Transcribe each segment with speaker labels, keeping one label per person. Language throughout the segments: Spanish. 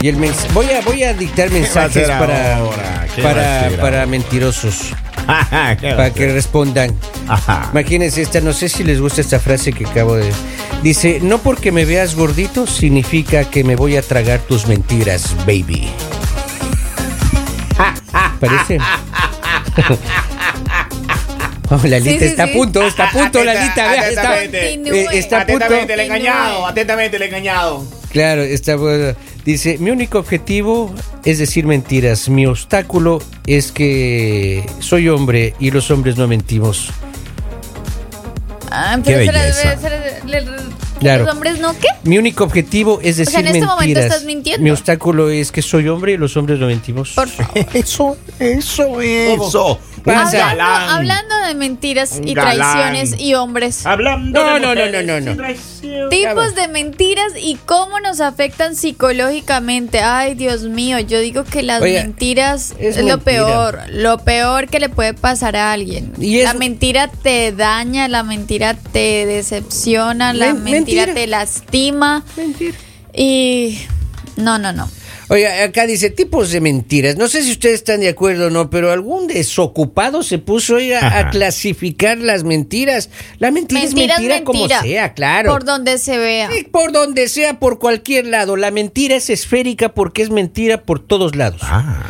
Speaker 1: Y el mens- voy, a, voy a dictar mensajes
Speaker 2: va a hacer
Speaker 1: para,
Speaker 2: ahora? ¿Qué va a
Speaker 1: para,
Speaker 2: hacer
Speaker 1: para
Speaker 2: ahora?
Speaker 1: mentirosos,
Speaker 2: ¿Qué va a
Speaker 1: para que
Speaker 2: hacer?
Speaker 1: respondan.
Speaker 2: Ajá.
Speaker 1: Imagínense esta, no sé si les gusta esta frase que acabo de... Dice, no porque me veas gordito significa que me voy a tragar tus mentiras, baby. Parece... Oh, Lalita
Speaker 3: Sí, sí,
Speaker 1: está a
Speaker 3: sí.
Speaker 1: punto, está a punto,
Speaker 2: Atenta-
Speaker 1: Lalita. vea, está,
Speaker 2: atentamente.
Speaker 1: eh, está a punto.
Speaker 2: Atentamente, el engañado, atentamente, el engañado.
Speaker 1: Claro, está bueno. Dice, mi único objetivo es decir mentiras. Mi obstáculo es que soy hombre y los hombres no mentimos.
Speaker 3: Ah,
Speaker 2: Qué
Speaker 3: pero se la-
Speaker 2: belleza.
Speaker 3: se la- le- le-
Speaker 1: Claro.
Speaker 3: Los hombres no, ¿qué?
Speaker 1: Mi único objetivo es decir
Speaker 3: sea, en este
Speaker 1: mentiras.
Speaker 3: momento estás mintiendo.
Speaker 1: Mi obstáculo es que soy hombre y los hombres no mentimos.
Speaker 3: Por favor.
Speaker 2: Eso, eso, eso.
Speaker 1: Hablando-
Speaker 3: Hablando, hablando de mentiras
Speaker 2: Un
Speaker 3: y
Speaker 2: galán. Ah,
Speaker 3: traiciones y hombres.
Speaker 2: Hablando
Speaker 1: No,
Speaker 2: de
Speaker 1: no, no,
Speaker 2: mujeres
Speaker 1: no, no,
Speaker 2: y
Speaker 1: no.
Speaker 2: traición.
Speaker 3: Tipos de mentiras y cómo nos afectan psicológicamente. Ay, Dios mío, yo digo que las
Speaker 1: Oiga,
Speaker 3: mentiras
Speaker 1: es
Speaker 3: es, lo
Speaker 1: mentira.
Speaker 3: peor, lo peor que le puede pasar a alguien.
Speaker 1: Y es-
Speaker 3: La mentira te daña, la mentira te decepciona, la
Speaker 1: Men-
Speaker 3: mentira,
Speaker 1: mentira.
Speaker 3: te lastima
Speaker 1: Mentir.
Speaker 3: y no, no, no.
Speaker 1: Oiga, acá dice tipos de mentiras. No sé si ustedes están de acuerdo o no, pero algún desocupado se puso oiga, a
Speaker 2: Ajá.
Speaker 1: clasificar las mentiras. La mentira
Speaker 3: Mentira
Speaker 1: es
Speaker 3: es
Speaker 1: mentira,
Speaker 3: mentira.
Speaker 1: como sea, claro.
Speaker 3: Por donde se vea.
Speaker 1: Y Por donde sea, por cualquier lado. La mentira es esférica porque es mentira por todos lados.
Speaker 2: Ah.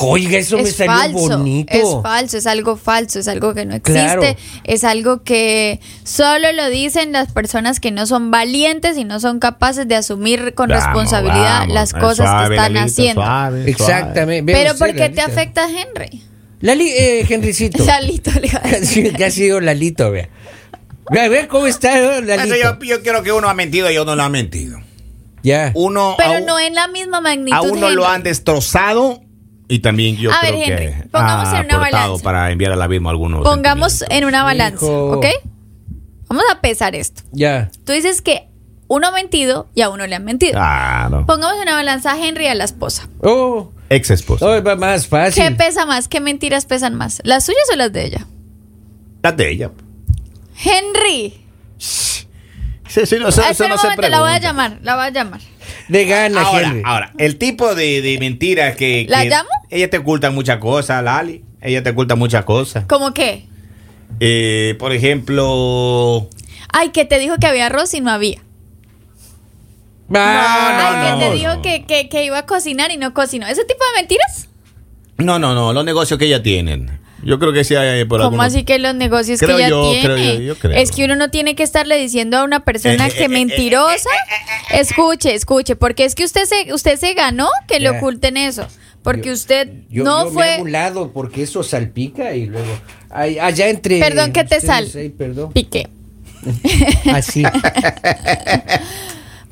Speaker 1: Oiga, eso me salió bonito.
Speaker 3: Es falso, es algo falso, es algo que no existe,
Speaker 1: Claro.
Speaker 3: es algo que solo lo dicen las personas que no son valientes y no son capaces de asumir con
Speaker 2: Vamos,
Speaker 3: responsabilidad
Speaker 2: vamos.
Speaker 3: las cosas
Speaker 2: Suave,
Speaker 3: que están
Speaker 2: Lalita,
Speaker 3: haciendo.
Speaker 2: suave, suave.
Speaker 1: Exactamente. Vea
Speaker 3: Pero
Speaker 1: usted,
Speaker 3: ¿por qué te
Speaker 1: Lalita.
Speaker 3: afecta a Henry?
Speaker 1: Lali, eh, Henrycito.
Speaker 3: Salito le iba a decir.
Speaker 1: que ha sido oh, Lalito, vea. Vea, vea cómo está eh,
Speaker 2: Eso
Speaker 1: Lalito.
Speaker 2: yo, yo creo que uno ha mentido y otro no ha mentido.
Speaker 1: Ya.
Speaker 2: Uno a,
Speaker 3: Pero
Speaker 2: un-
Speaker 3: no en la misma magnitud.
Speaker 2: a uno lo
Speaker 3: Henry.
Speaker 2: han destrozado y también yo
Speaker 3: A
Speaker 2: creo
Speaker 3: ver,
Speaker 2: que
Speaker 3: Henry, pongamos
Speaker 2: ha
Speaker 3: en una
Speaker 2: aportado
Speaker 3: balanza.
Speaker 2: para enviar al abismo algunos.
Speaker 3: Pongamos en una balanza,
Speaker 1: Hijo.
Speaker 3: ¿ok? Vamos a pesar esto.
Speaker 1: Ya.
Speaker 3: Tú dices que uno ha mentido y a uno le han mentido.
Speaker 2: Ah. Claro.
Speaker 3: Pongamos en una balanza a Henry y a la esposa.
Speaker 1: Oh,
Speaker 3: eh,
Speaker 2: Ex esposa.
Speaker 1: hoy va más fácil.
Speaker 3: ¿Qué pesa más? ¿Qué mentiras pesan más? ¿Las suyas o las de ella?
Speaker 2: La de ella.
Speaker 3: Henry.
Speaker 2: Sí, sí, no, eso,
Speaker 3: Ah,
Speaker 2: eso
Speaker 3: espera
Speaker 2: no
Speaker 3: un
Speaker 2: se
Speaker 3: momento, la voy a
Speaker 2: pregunta.
Speaker 3: llamar, la voy a llamar.
Speaker 1: De gana,
Speaker 2: Ahora,
Speaker 1: Henry.
Speaker 2: ahora, el tipo de, de mentiras que,
Speaker 3: ¿La
Speaker 2: que-
Speaker 3: llamo?
Speaker 2: Ella te oculta muchas cosas, Lali. Ella te oculta muchas cosas.
Speaker 3: ¿Cómo qué?
Speaker 2: Eh, por ejemplo.
Speaker 3: Ay, que te dijo que había arroz y no había. Ay,
Speaker 1: Vamos.
Speaker 3: que te
Speaker 2: no.
Speaker 3: dijo que, que- que iba a cocinar y no cocinó. ¿Ese tipo de mentiras?
Speaker 2: No, no, no, los negocios que ella tienen. Yo creo que sí hay eh, por
Speaker 3: ¿Cómo
Speaker 2: algunos-
Speaker 3: así que los negocios
Speaker 2: Creo
Speaker 3: que ella
Speaker 2: yo,
Speaker 3: tiene?
Speaker 2: creo yo, yo creo.
Speaker 3: Es que uno no tiene que estarle diciendo a una persona
Speaker 2: Eh, eh,
Speaker 3: que
Speaker 2: eh, eh,
Speaker 3: mentirosa. escuche, escuche, porque es que usted se, usted se ganó que le
Speaker 1: Ya.
Speaker 3: oculten eso. Porque
Speaker 1: Yo-
Speaker 3: usted
Speaker 1: yo,
Speaker 3: no
Speaker 1: yo me
Speaker 3: fue.
Speaker 1: hago un lado porque eso salpica y luego ay, allá entre
Speaker 3: Perdón, ¿qué te
Speaker 1: ustedes,
Speaker 3: sal?
Speaker 1: ay, perdón. Ah,
Speaker 3: Piqué.
Speaker 1: Así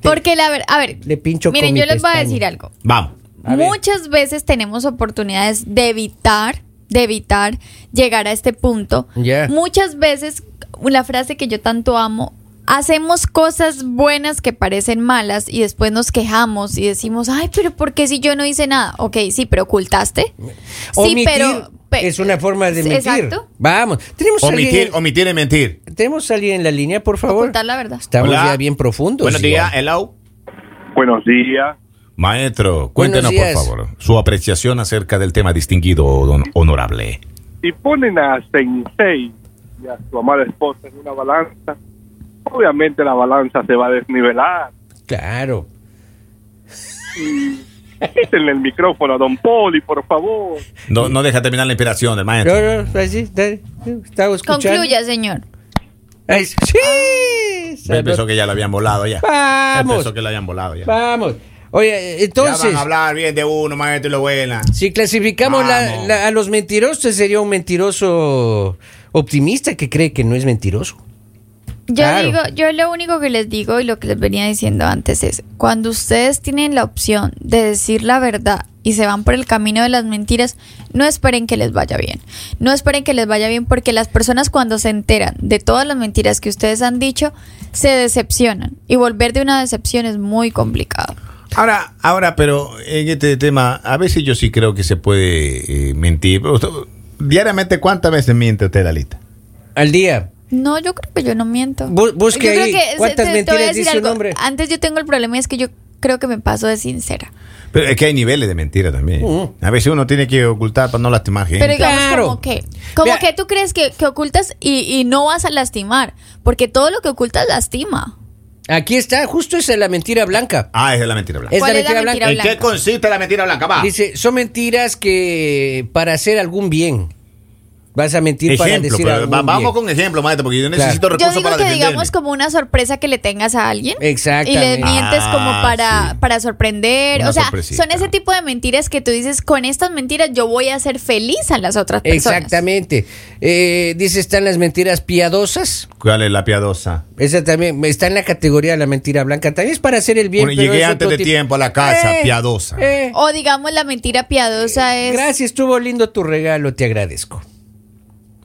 Speaker 3: Porque la verdad, a ver,
Speaker 1: le pincho con
Speaker 3: miren,
Speaker 1: mi
Speaker 3: yo les voy a
Speaker 1: pestaña.
Speaker 3: decir algo.
Speaker 2: Vamos.
Speaker 1: A ver.
Speaker 3: Muchas veces tenemos oportunidades de evitar, de evitar llegar a este punto.
Speaker 1: Ya.
Speaker 3: Muchas veces, la frase que yo tanto amo, hacemos cosas buenas que parecen malas y después nos quejamos y decimos, ay, pero ¿por qué si yo no hice nada? Ok, sí, pero ocultaste. sí,
Speaker 1: Omitir
Speaker 3: pero... pe-
Speaker 1: es una forma de
Speaker 3: Sí,
Speaker 1: mentir.
Speaker 3: Exacto.
Speaker 1: Vamos. Tenemos a
Speaker 2: Omitir,
Speaker 1: alguien,
Speaker 2: omitir es mentir.
Speaker 1: tenemos a alguien en la línea, por favor.
Speaker 3: Ocultar la verdad.
Speaker 1: Estamos
Speaker 2: Hola.
Speaker 1: ya bien profundos.
Speaker 2: Buenos días, hello.
Speaker 4: Buenos días.
Speaker 2: Maestro,
Speaker 1: Buenos
Speaker 2: cuéntenos por
Speaker 1: días.
Speaker 2: favor su apreciación acerca del tema distinguido, don honorable.
Speaker 4: Si ponen a Sensei y a su amada esposa en una balanza, obviamente la balanza se va a desnivelar.
Speaker 1: Claro.
Speaker 4: Quítenle el micrófono a Don Poli, por favor.
Speaker 2: No, no deja terminar la inspiración del maestro.
Speaker 1: No, no, así, dale. Estaba escuchando.
Speaker 3: Concluya, señor.
Speaker 1: Ay, sí.
Speaker 2: Él pensó que ya la habían volado
Speaker 1: Ah,
Speaker 2: ya. Él
Speaker 1: Vamos.
Speaker 2: pensó que la habían volado ya.
Speaker 1: Vamos. Oye,
Speaker 2: ya
Speaker 1: entonces,
Speaker 2: van a hablar bien de uno, maestro, y lo buena.
Speaker 1: si clasificamos la-
Speaker 2: Vamos.
Speaker 1: la- a los mentirosos, sería un mentiroso optimista que cree que no es mentiroso.
Speaker 3: Yo
Speaker 1: Claro.
Speaker 3: digo, yo lo único que les digo y lo que les venía diciendo antes es, cuando ustedes tienen la opción de decir la verdad y se van por el camino de las mentiras, no esperen que les vaya bien. No esperen que les vaya bien porque las personas cuando se enteran de todas las mentiras que ustedes han dicho, se decepcionan. Y volver de una decepción es muy complicado.
Speaker 2: Ahora, ahora, pero en este tema, a veces yo sí creo que se puede eh, mentir. Pero usted- diariamente, ¿cuántas veces miente usted, Lalita?
Speaker 1: Al día.
Speaker 3: No, yo creo que yo no miento.
Speaker 1: Bu- busque
Speaker 3: Yo creo
Speaker 1: ahí
Speaker 3: que-
Speaker 1: cuántas
Speaker 3: te- te voy a
Speaker 1: mentiras
Speaker 3: decir
Speaker 1: dice un
Speaker 3: algo.
Speaker 1: hombre.
Speaker 3: Antes yo tengo el problema es que yo creo que me paso de sincera.
Speaker 2: Pero es que hay niveles de mentira también.
Speaker 1: Uh.
Speaker 2: A veces uno tiene que ocultar para no lastimar gente.
Speaker 3: Pero digamos
Speaker 1: Claro.
Speaker 3: como que, como
Speaker 1: Vea.
Speaker 3: que tú crees que, que ocultas y, y no vas a lastimar, porque todo lo que ocultas lastima.
Speaker 1: Aquí está, justo esa es la mentira blanca.
Speaker 2: ah, esa es la mentira blanca.
Speaker 1: Es la
Speaker 3: ¿Cuál
Speaker 1: mentira blanca.
Speaker 2: ¿En qué consiste la mentira blanca? Va.
Speaker 1: Dice, son mentiras que para hacer algún bien. Vas a mentir para
Speaker 2: Ejemplo,
Speaker 1: decir
Speaker 2: pero
Speaker 1: algún
Speaker 2: va-
Speaker 1: bien.
Speaker 2: vamos con ejemplo, maestro, porque yo
Speaker 1: Claro.
Speaker 2: necesito
Speaker 3: Yo
Speaker 2: recursos
Speaker 3: digo
Speaker 2: para
Speaker 3: que
Speaker 2: defenderme.
Speaker 3: digamos como una sorpresa que le tengas a alguien. Y
Speaker 1: Exactamente.
Speaker 3: le mientes como
Speaker 2: Ah,
Speaker 3: para,
Speaker 2: sí.
Speaker 3: para sorprender.
Speaker 2: Una
Speaker 3: o sea,
Speaker 2: sorpresita.
Speaker 3: son ese tipo de mentiras que tú dices, con estas mentiras yo voy a ser feliz a las otras personas.
Speaker 1: Exactamente. Eh, dice, están las mentiras piadosas.
Speaker 2: ¿Cuál es la piadosa?
Speaker 1: Esa también está en la categoría de la mentira blanca. También es para hacer el bien.
Speaker 2: Bueno,
Speaker 1: pero
Speaker 2: llegué
Speaker 1: es
Speaker 2: antes
Speaker 1: otro
Speaker 2: de
Speaker 1: tipo.
Speaker 2: tiempo a la casa,
Speaker 1: Eh,
Speaker 2: piadosa.
Speaker 1: eh,
Speaker 3: O digamos, la mentira piadosa es...
Speaker 1: Gracias, estuvo lindo tu regalo, te agradezco.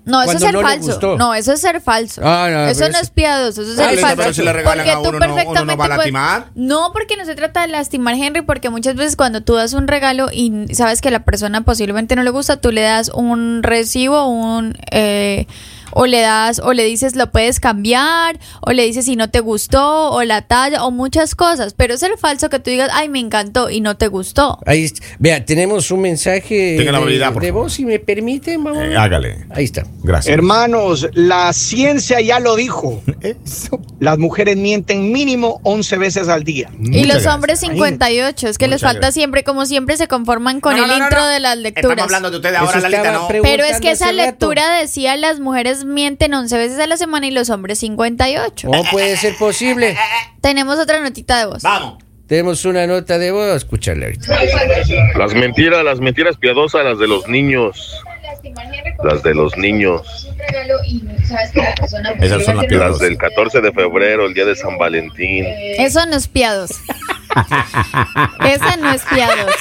Speaker 3: No, eso es
Speaker 1: Cuando
Speaker 3: ser
Speaker 1: no le
Speaker 3: falso.
Speaker 1: gustó.
Speaker 3: No, eso es ser falso.
Speaker 1: Ah, no,
Speaker 3: eso
Speaker 1: pero
Speaker 3: no
Speaker 1: eso-
Speaker 3: es piadoso, eso es
Speaker 1: Ah,
Speaker 3: ser
Speaker 1: listo,
Speaker 3: falso.
Speaker 1: pero si le
Speaker 2: regalan a uno, no- uno no va a
Speaker 3: perfectamente
Speaker 2: lastimar.
Speaker 3: No, porque no se trata de lastimar, Henry, porque muchas veces cuando tú das un regalo y sabes que la persona posiblemente no le gusta, tú le das un recibo, un... eh, o le das, o le dices lo puedes cambiar, o le dices si no te gustó, o la talla, o muchas cosas. Pero es el falso que tú digas, ay, me encantó y no te gustó.
Speaker 1: Ahí, est- vea, tenemos un mensaje
Speaker 2: Tenga la
Speaker 1: de,
Speaker 2: habilidad, por
Speaker 1: de
Speaker 2: favor.
Speaker 1: voz, si me permiten, vamos.
Speaker 2: Eh, hágale.
Speaker 1: Ahí está.
Speaker 2: Gracias.
Speaker 5: Hermanos, la ciencia ya lo dijo.
Speaker 2: Eso.
Speaker 5: Las mujeres mienten mínimo 11 veces al día.
Speaker 3: Y
Speaker 2: Muchas
Speaker 3: los
Speaker 2: gracias.
Speaker 3: hombres 58, es que les
Speaker 2: Muchas
Speaker 3: falta
Speaker 2: gracias.
Speaker 3: siempre, como siempre, se conforman con
Speaker 2: No,
Speaker 3: el
Speaker 2: no, no,
Speaker 3: intro
Speaker 2: no.
Speaker 3: de las lecturas.
Speaker 2: Estamos hablando de ustedes
Speaker 1: Eso
Speaker 2: ahora, Lalita,
Speaker 1: estaba
Speaker 2: no.
Speaker 1: pre-
Speaker 3: Pero es que
Speaker 1: preguntando
Speaker 3: esa
Speaker 1: hace rato.
Speaker 3: lectura decía las mujeres mienten 11 veces a la semana y los hombres 58.
Speaker 2: Oh.
Speaker 1: No puede ser posible.
Speaker 3: Tenemos otra notita de voz.
Speaker 2: Vamos.
Speaker 1: Tenemos una nota de voz, escucharla ahorita.
Speaker 6: Las mentiras, las mentiras piadosas, las de los niños. Las de los niños.
Speaker 2: Esas son las
Speaker 6: Las
Speaker 2: piadosas.
Speaker 6: del 14 de febrero, el día de San Valentín.
Speaker 3: Eso no es piados. Esa no es piados.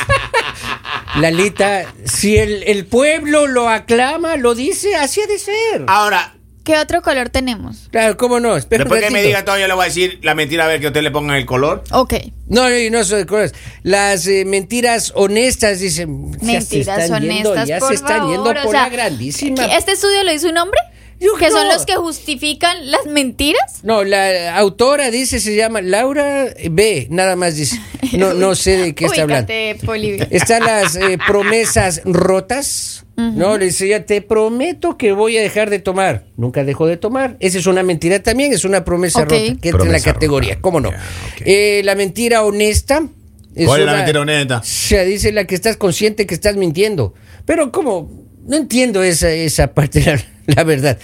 Speaker 1: Lalita, si el, el pueblo lo aclama, lo dice, así ha de ser.
Speaker 2: Ahora,
Speaker 3: ¿Qué otro color tenemos?
Speaker 1: Claro, ¿cómo no? Espera un
Speaker 2: después que me
Speaker 1: ratito.
Speaker 2: diga todo, yo le voy a decir la mentira a ver que usted le ponga el color.
Speaker 3: Ok.
Speaker 1: No, no, no soy de colores. Las eh, mentiras honestas, dicen. ya se
Speaker 3: Mentiras
Speaker 1: están yendo,
Speaker 3: honestas,
Speaker 1: ya
Speaker 3: por
Speaker 1: se están
Speaker 3: favor,
Speaker 1: yendo
Speaker 3: o
Speaker 1: por
Speaker 3: sea,
Speaker 1: la grandísima.
Speaker 3: ¿Este estudio lo hizo un hombre?
Speaker 1: Yo
Speaker 3: ¿Que son
Speaker 1: no.
Speaker 3: los que justifican las mentiras?
Speaker 1: No, la autora dice, se llama Laura B, nada más dice. No, no sé de qué está hablando.
Speaker 3: Ubícate, Polivio.
Speaker 1: Están las eh, promesas rotas. No, le dice, ya te prometo que voy a dejar de tomar. Nunca dejó de tomar. Esa es una mentira también, es una promesa
Speaker 3: Ok.
Speaker 1: rota que entra en la
Speaker 2: Promesa
Speaker 1: categoría,
Speaker 2: rota.
Speaker 1: ¿cómo no?
Speaker 2: Ya, ok.
Speaker 1: Eh, la mentira honesta.
Speaker 2: ¿Cuál es la
Speaker 1: una-
Speaker 2: mentira honesta?
Speaker 1: O sea, dice la que estás consciente que estás mintiendo. Pero ¿cómo? No entiendo esa, esa parte, la, la verdad.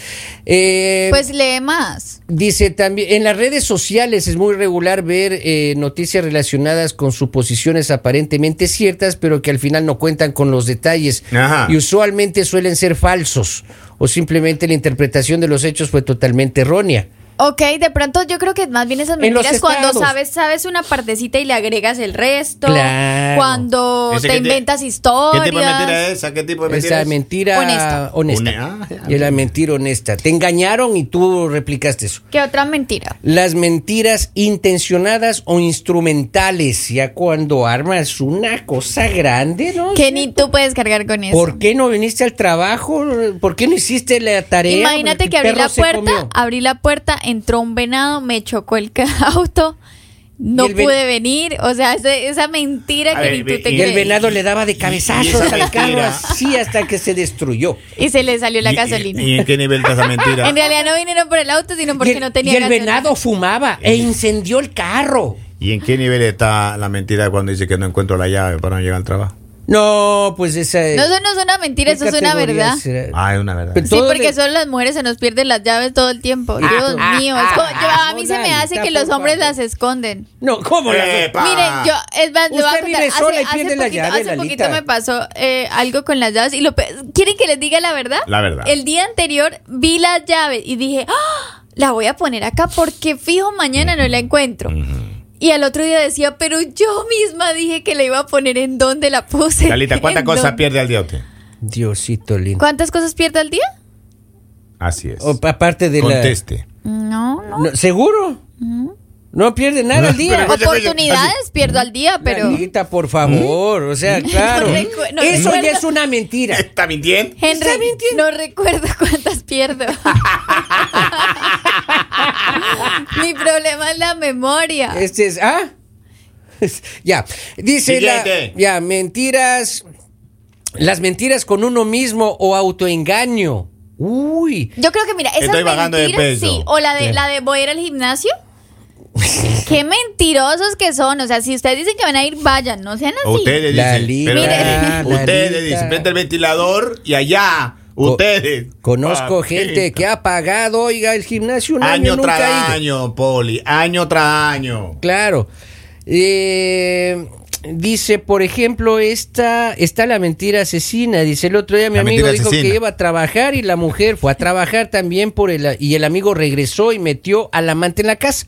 Speaker 1: Eh,
Speaker 3: Pues lee más.
Speaker 1: Dice también, en las redes sociales es muy regular ver eh, noticias relacionadas con suposiciones aparentemente ciertas, pero que al final no cuentan con los detalles
Speaker 2: Ajá.
Speaker 1: y usualmente suelen ser falsos o simplemente la interpretación de los hechos fue totalmente errónea.
Speaker 3: Ok, de pronto yo creo que más bien esas
Speaker 1: En los
Speaker 3: mentiras cuando
Speaker 1: estados.
Speaker 3: sabes, sabes una partecita y le agregas el resto.
Speaker 1: Claro.
Speaker 3: Cuando
Speaker 2: Ese
Speaker 3: te
Speaker 2: que te-
Speaker 3: inventas
Speaker 2: ¿Qué
Speaker 3: historias.
Speaker 2: tipo de mentira es esa? ¿Qué tipo de mentira
Speaker 1: Esa
Speaker 2: es?
Speaker 1: mentira
Speaker 3: Honesta.
Speaker 1: honesta.
Speaker 2: Hone- ah, ya.
Speaker 1: Es la mentira honesta. Te engañaron y tú replicaste eso.
Speaker 3: ¿Qué otra mentira?
Speaker 1: Las mentiras intencionadas o instrumentales, ya cuando armas una cosa grande, ¿no?
Speaker 3: Que ni tú puedes cargar con eso.
Speaker 1: ¿Por qué no viniste al trabajo? ¿Por qué no hiciste la tarea?
Speaker 3: Imagínate
Speaker 1: El
Speaker 3: que abrí
Speaker 1: perro
Speaker 3: la
Speaker 1: se
Speaker 3: puerta,
Speaker 1: comió.
Speaker 3: abrí la puerta, entró un venado, me chocó el ca- auto, no
Speaker 1: Y el ven-
Speaker 3: pude venir. O sea, ese- esa mentira
Speaker 2: A
Speaker 3: que
Speaker 2: ver,
Speaker 3: ni
Speaker 2: ve-
Speaker 3: tú te
Speaker 1: Y el
Speaker 3: crees.
Speaker 1: venado le daba de
Speaker 2: Y
Speaker 1: cabezazos
Speaker 2: esa
Speaker 1: al carro
Speaker 2: mentira.
Speaker 1: así hasta que se destruyó.
Speaker 3: Y se le salió la
Speaker 2: ¿Y- y-
Speaker 3: gasolina.
Speaker 2: ¿Y en qué nivel está esa mentira?
Speaker 3: en realidad no vinieron por el auto, sino porque
Speaker 1: y el,
Speaker 3: no tenía
Speaker 1: y el
Speaker 3: gasolina.
Speaker 1: venado fumaba
Speaker 2: Eh.
Speaker 1: e incendió el carro.
Speaker 2: ¿Y en qué nivel está la mentira cuando dice que no encuentro la llave para no llegar al trabajo?
Speaker 1: No, pues esa
Speaker 3: No, eso no es una mentira, eso es una verdad.
Speaker 2: Ah, es una verdad.
Speaker 1: Pero-
Speaker 3: Sí,
Speaker 1: Todo
Speaker 3: porque
Speaker 1: le-
Speaker 3: solo las mujeres se nos pierden las llaves todo el tiempo.
Speaker 1: Ah,
Speaker 3: Dios
Speaker 1: ah,
Speaker 3: mío, es como-
Speaker 1: ah,
Speaker 3: yo- a mí
Speaker 1: ah,
Speaker 3: se me
Speaker 1: Lalita,
Speaker 3: hace que los
Speaker 1: por
Speaker 3: hombres
Speaker 1: favor.
Speaker 3: las esconden.
Speaker 1: No, ¿cómo la
Speaker 2: ¡Epa!
Speaker 3: Miren, yo es más, le voy a
Speaker 1: Usted vive
Speaker 3: contar, hace,
Speaker 1: sola y
Speaker 3: hace
Speaker 1: pierde la
Speaker 3: poquito,
Speaker 1: llave,
Speaker 3: hace poquito
Speaker 1: Lalita.
Speaker 3: me pasó eh, algo con las llaves y lo pe- quieren que les diga la verdad.
Speaker 2: La verdad.
Speaker 3: El día anterior vi las llaves y dije, "Ah, la voy a poner acá porque fijo mañana no la encuentro.
Speaker 2: Mm.
Speaker 3: Y al otro día decía, pero yo misma dije que la iba a poner en donde la puse.
Speaker 2: Lalita, ¿cuántas
Speaker 3: ¿En
Speaker 2: cosas
Speaker 3: dónde?
Speaker 2: pierde al día usted?
Speaker 1: Diosito lindo.
Speaker 3: ¿Cuántas cosas pierde al día?
Speaker 2: Así es.
Speaker 1: O, aparte de
Speaker 2: Conteste.
Speaker 3: No,
Speaker 1: la. No, ¿Seguro? No pierde nada al día.
Speaker 2: Pero- Oye, oye,
Speaker 3: Oportunidades pierdo al día, pero ¿Mm?
Speaker 1: Lalita,
Speaker 2: ¿Mm?
Speaker 1: por favor, o sea, claro.
Speaker 3: No recu- no
Speaker 1: Eso ya
Speaker 3: recuerdo.
Speaker 1: es una mentira.
Speaker 2: ¿Está mintiendo?
Speaker 1: Está
Speaker 3: Henry,
Speaker 1: bien, tiene-
Speaker 3: no recuerdo cuántas pierdo. Mi problema es la memoria.
Speaker 1: Este es, ah, ya. Dice la-
Speaker 2: Siguiente.
Speaker 1: ya, mentiras. Las mentiras con uno mismo o autoengaño. Uy.
Speaker 3: Yo creo que mira, esas
Speaker 2: Estoy bajando de
Speaker 3: mentiras,
Speaker 2: peso.
Speaker 3: sí, o la de
Speaker 1: Sí.
Speaker 3: la de voy a ir al gimnasio. Qué mentirosos que son, o sea, si ustedes dicen que van a ir, vayan, no sean así.
Speaker 2: O Ustedes
Speaker 1: La
Speaker 2: dicen,
Speaker 1: Lita,
Speaker 2: pero,
Speaker 1: Mire.
Speaker 2: ustedes
Speaker 1: la Lita.
Speaker 2: dicen, vete el ventilador y allá,
Speaker 1: Co-
Speaker 2: ustedes.
Speaker 1: Conozco gente
Speaker 2: Papito.
Speaker 1: que ha pagado, oiga, el gimnasio un año,
Speaker 2: año
Speaker 1: nunca ha ido.
Speaker 2: tras año, Poli, año tras año.
Speaker 1: Claro. Eh, dice, por ejemplo, esta está la mentira asesina. Dice, el otro día mi
Speaker 2: La
Speaker 1: amigo
Speaker 2: mentira
Speaker 1: dijo
Speaker 2: asesina.
Speaker 1: que iba a trabajar y la mujer fue a trabajar también por el y el amigo regresó y metió al amante en la casa.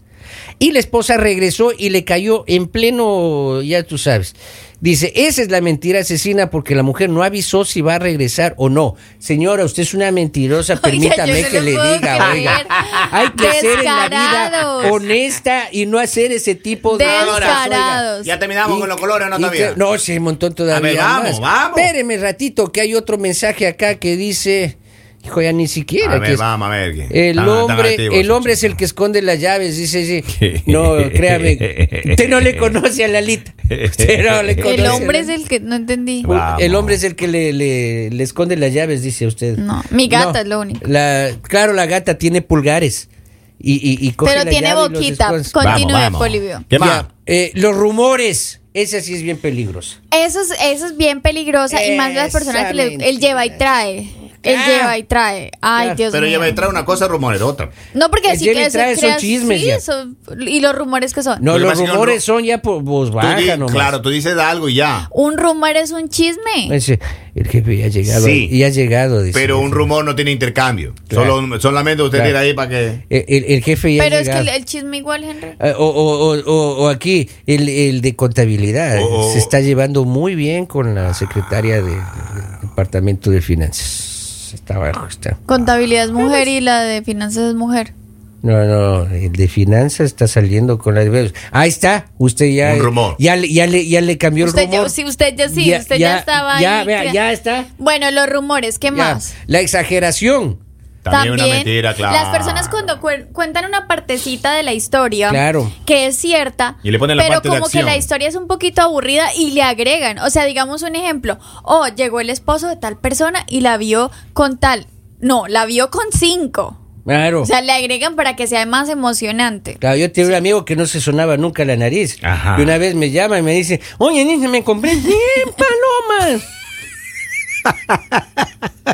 Speaker 1: Y la esposa regresó y le cayó en pleno, ya tú sabes. Dice, esa es la mentira asesina porque la mujer no avisó si va a regresar o no. Señora, usted es una mentirosa,
Speaker 3: Oiga,
Speaker 1: permítame
Speaker 3: yo no
Speaker 1: que
Speaker 3: lo
Speaker 1: le
Speaker 3: puedo
Speaker 1: diga,
Speaker 3: creer.
Speaker 1: oiga. Hay que ser en la vida
Speaker 3: Descarados.
Speaker 1: honesta y no hacer ese tipo de
Speaker 3: Descarados.
Speaker 2: Ya terminamos
Speaker 1: y-
Speaker 2: con los colores, ¿no?
Speaker 1: y
Speaker 2: Todavía.
Speaker 1: que- No, sí, hay un montón todavía.
Speaker 2: A ver, vamos,
Speaker 1: más.
Speaker 2: vamos.
Speaker 1: Espéreme ratito, que hay otro mensaje acá que dice. Hijo, ya ni siquiera.
Speaker 2: A
Speaker 1: que
Speaker 2: ver,
Speaker 1: es-
Speaker 2: vamos a ver. que
Speaker 1: El
Speaker 2: están- están
Speaker 1: hombre,
Speaker 2: activos,
Speaker 1: el hombre es
Speaker 2: chicos.
Speaker 1: el que esconde las llaves, dice. sí. No, créame. Usted no le conoce a Lalita. Usted no le conoce
Speaker 3: El
Speaker 1: a
Speaker 3: hombre es
Speaker 1: Lalita.
Speaker 3: el que no entendí.
Speaker 1: Uy,
Speaker 2: Vamos.
Speaker 1: El hombre es el que le, le- le esconde las llaves, dice usted.
Speaker 3: No, mi gata es lo único.
Speaker 1: la- claro, la gata tiene pulgares. Y, y- y coge
Speaker 3: Pero
Speaker 1: la
Speaker 3: tiene
Speaker 1: llave y los
Speaker 3: boquita.
Speaker 1: esconde.
Speaker 3: Con-
Speaker 2: Vamos,
Speaker 3: Continúe,
Speaker 2: vamos.
Speaker 3: Polivio.
Speaker 2: ¿Qué
Speaker 1: Ya,
Speaker 2: más?
Speaker 1: eh, los rumores, esa sí es bien peligrosa.
Speaker 3: Eso es, eso es bien peligrosa y más las
Speaker 1: Esa
Speaker 3: personas que le-
Speaker 1: mentira.
Speaker 3: él lleva y trae. Él
Speaker 1: Claro.
Speaker 3: lleva y trae. Ay,
Speaker 1: Claro.
Speaker 3: Dios
Speaker 2: Pero ya
Speaker 3: mío.
Speaker 2: me trae una cosa, rumores, otra.
Speaker 3: No, porque
Speaker 1: El
Speaker 3: sí
Speaker 1: lleva y
Speaker 3: que eso
Speaker 1: trae son
Speaker 3: crea-
Speaker 1: chismes
Speaker 3: sí,
Speaker 1: ya.
Speaker 3: eso- y los rumores que son.
Speaker 1: No,
Speaker 2: Lo que
Speaker 1: los
Speaker 2: pasa es que
Speaker 1: rumores
Speaker 2: no-
Speaker 1: son ya por vos
Speaker 2: Tú di-
Speaker 1: baja nomás.
Speaker 2: claro, tú dices algo y ya.
Speaker 3: Un rumor es un chisme.
Speaker 1: Ese, el jefe ya ha llegado.
Speaker 2: Sí.
Speaker 1: Ya ha llegado, dice.
Speaker 2: Pero un rumor no tiene intercambio.
Speaker 1: Claro.
Speaker 2: Solo, solamente usted
Speaker 1: Claro.
Speaker 2: tira ahí para que.
Speaker 1: El, el- el jefe ya
Speaker 3: Pero
Speaker 1: ha
Speaker 3: es que
Speaker 1: llegado.
Speaker 3: el, el chisme igual, Henry.
Speaker 1: Ah, O, o- o- o- o aquí, el, el de contabilidad.
Speaker 2: O- o-
Speaker 1: Se está llevando muy bien con la secretaria de- del Departamento de Finanzas. Está abajo, está.
Speaker 3: Contabilidad es mujer y la de finanzas es mujer.
Speaker 1: No, no, el de finanzas está saliendo con la de... Ahí está, usted ya...
Speaker 2: Un rumor.
Speaker 1: Ya, le- ya, le, ya le cambió el
Speaker 3: Usted ya,
Speaker 1: rumor.
Speaker 3: sí, usted ya sí, usted ya, estaba
Speaker 1: Ya,
Speaker 3: ahí.
Speaker 1: vea,
Speaker 3: crea-
Speaker 1: ya está.
Speaker 3: Bueno, los rumores, ¿qué
Speaker 1: Ya,
Speaker 3: más?
Speaker 1: La exageración.
Speaker 2: También, una mentira, claro.
Speaker 3: Las personas cuando cuen- cuentan una partecita de la historia
Speaker 1: Claro.
Speaker 3: que es cierta,
Speaker 2: Y le ponen la
Speaker 3: pero
Speaker 2: parte de
Speaker 3: como que
Speaker 2: acción.
Speaker 3: la historia es un poquito aburrida y le agregan. O sea, digamos un ejemplo, oh, llegó el esposo de tal persona y la vio con tal. No, la vio con cinco.
Speaker 1: Claro.
Speaker 3: O sea, le agregan para que sea más emocionante.
Speaker 1: Claro, yo tenía un amigo que no se sonaba nunca la nariz.
Speaker 2: Ajá.
Speaker 1: Y una vez me llama y me dice, oye, niña, me compré 100 palomas.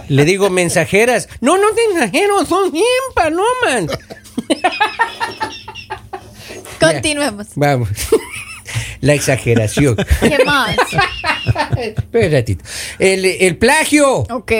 Speaker 1: Le digo, mensajeras. No, no te exagero, son 100 palomas.
Speaker 3: Continuemos.
Speaker 1: Vamos. La exageración.
Speaker 3: ¿Qué más?
Speaker 1: Espera un ratito. El, el plagio.
Speaker 3: ok.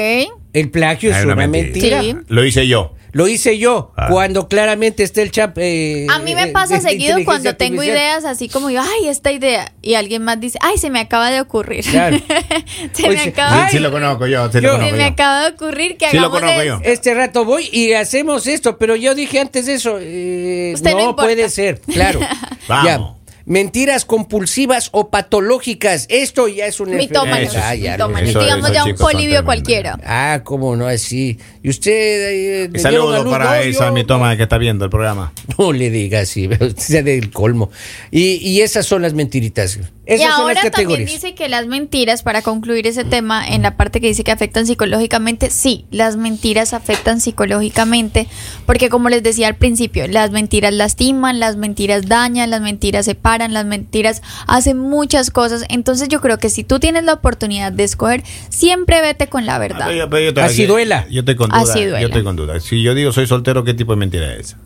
Speaker 1: El plagio es
Speaker 2: Hay
Speaker 1: una,
Speaker 2: una
Speaker 1: mentira.
Speaker 2: mentira.
Speaker 3: Sí.
Speaker 2: Lo hice yo.
Speaker 1: Lo hice yo
Speaker 2: Ah.
Speaker 1: cuando claramente está el chap. eh,
Speaker 3: A mí me
Speaker 1: eh,
Speaker 3: pasa
Speaker 1: de- de
Speaker 3: seguido
Speaker 1: inteligencia
Speaker 3: cuando tengo
Speaker 1: artificial.
Speaker 3: ideas así como yo, ay, esta idea. Y alguien más dice, ay, se me acaba de ocurrir.
Speaker 1: Claro.
Speaker 3: se
Speaker 1: Oye,
Speaker 3: me
Speaker 1: sí,
Speaker 3: acaba
Speaker 2: Sí, sí lo
Speaker 3: de
Speaker 2: conozco yo. Sí
Speaker 1: Yo-
Speaker 2: lo
Speaker 3: Se
Speaker 2: conozco
Speaker 3: me
Speaker 2: yo.
Speaker 3: acaba de ocurrir que
Speaker 2: Sí lo
Speaker 3: hagamos
Speaker 2: conozco
Speaker 3: de-
Speaker 2: yo.
Speaker 1: Este rato voy y hacemos esto, pero yo dije antes de eso, eh,
Speaker 3: Usted no
Speaker 1: no,
Speaker 3: importa.
Speaker 1: puede ser, claro.
Speaker 2: Vamos.
Speaker 1: Mentiras compulsivas o patológicas, esto ya es un
Speaker 3: mitómanos,
Speaker 2: Eso,
Speaker 1: Ah, ya, no,
Speaker 3: mitómanos.
Speaker 2: eso,
Speaker 3: Digamos
Speaker 2: esos
Speaker 3: ya un
Speaker 2: chicos son
Speaker 3: polivio
Speaker 2: tremendos.
Speaker 3: cualquiera.
Speaker 1: Ah, cómo no, así. Y usted... eh, le dieron a
Speaker 2: Saludos
Speaker 1: luz,
Speaker 2: para
Speaker 1: no,
Speaker 2: esa
Speaker 1: yo-
Speaker 2: mitoma que está viendo el programa.
Speaker 1: No le diga así, sea del colmo. Y, y esas son las mentiritas. Esas
Speaker 3: Y
Speaker 1: son las
Speaker 3: ahora también
Speaker 1: categorías.
Speaker 3: dice que las mentiras, para concluir ese tema, en la parte que dice que afectan psicológicamente, sí, las mentiras afectan psicológicamente, porque como les decía al principio, las mentiras lastiman, las mentiras dañan, las mentiras separan, las mentiras hacen muchas cosas. Entonces yo creo que si tú tienes la oportunidad de escoger, siempre vete con la verdad.
Speaker 2: Pero yo- pero yo estoy
Speaker 1: Ah, Así
Speaker 2: aquí.
Speaker 1: duela.
Speaker 2: Yo estoy con duda.
Speaker 3: Así duela.
Speaker 2: Yo estoy con duda. Si yo digo soy soltero, ¿qué tipo de mentira es esa?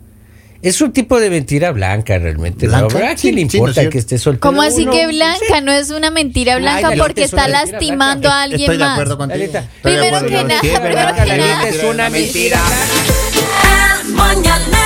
Speaker 1: Es un tipo de mentira blanca realmente. ¿no?
Speaker 2: Blanca,
Speaker 1: ¿A quién le
Speaker 2: sí, sí,
Speaker 1: importa
Speaker 2: no es
Speaker 1: que esté soltero?
Speaker 3: ¿Cómo así
Speaker 1: uno?
Speaker 3: que blanca? No es una mentira
Speaker 1: Ay,
Speaker 3: blanca
Speaker 1: Lalita,
Speaker 3: porque
Speaker 1: es una
Speaker 3: está
Speaker 1: mentira blanca.
Speaker 3: lastimando a alguien
Speaker 2: Eh, Estoy de
Speaker 3: más.
Speaker 2: acuerdo contigo.
Speaker 1: Lalita.
Speaker 2: Estoy de
Speaker 3: Primero
Speaker 2: acuerdo
Speaker 3: que
Speaker 2: contigo.
Speaker 3: nada,
Speaker 2: Sí, es
Speaker 3: primero
Speaker 2: verdad,
Speaker 3: que
Speaker 2: la
Speaker 3: nada.
Speaker 2: neta
Speaker 1: es una mentira.
Speaker 7: El mañanero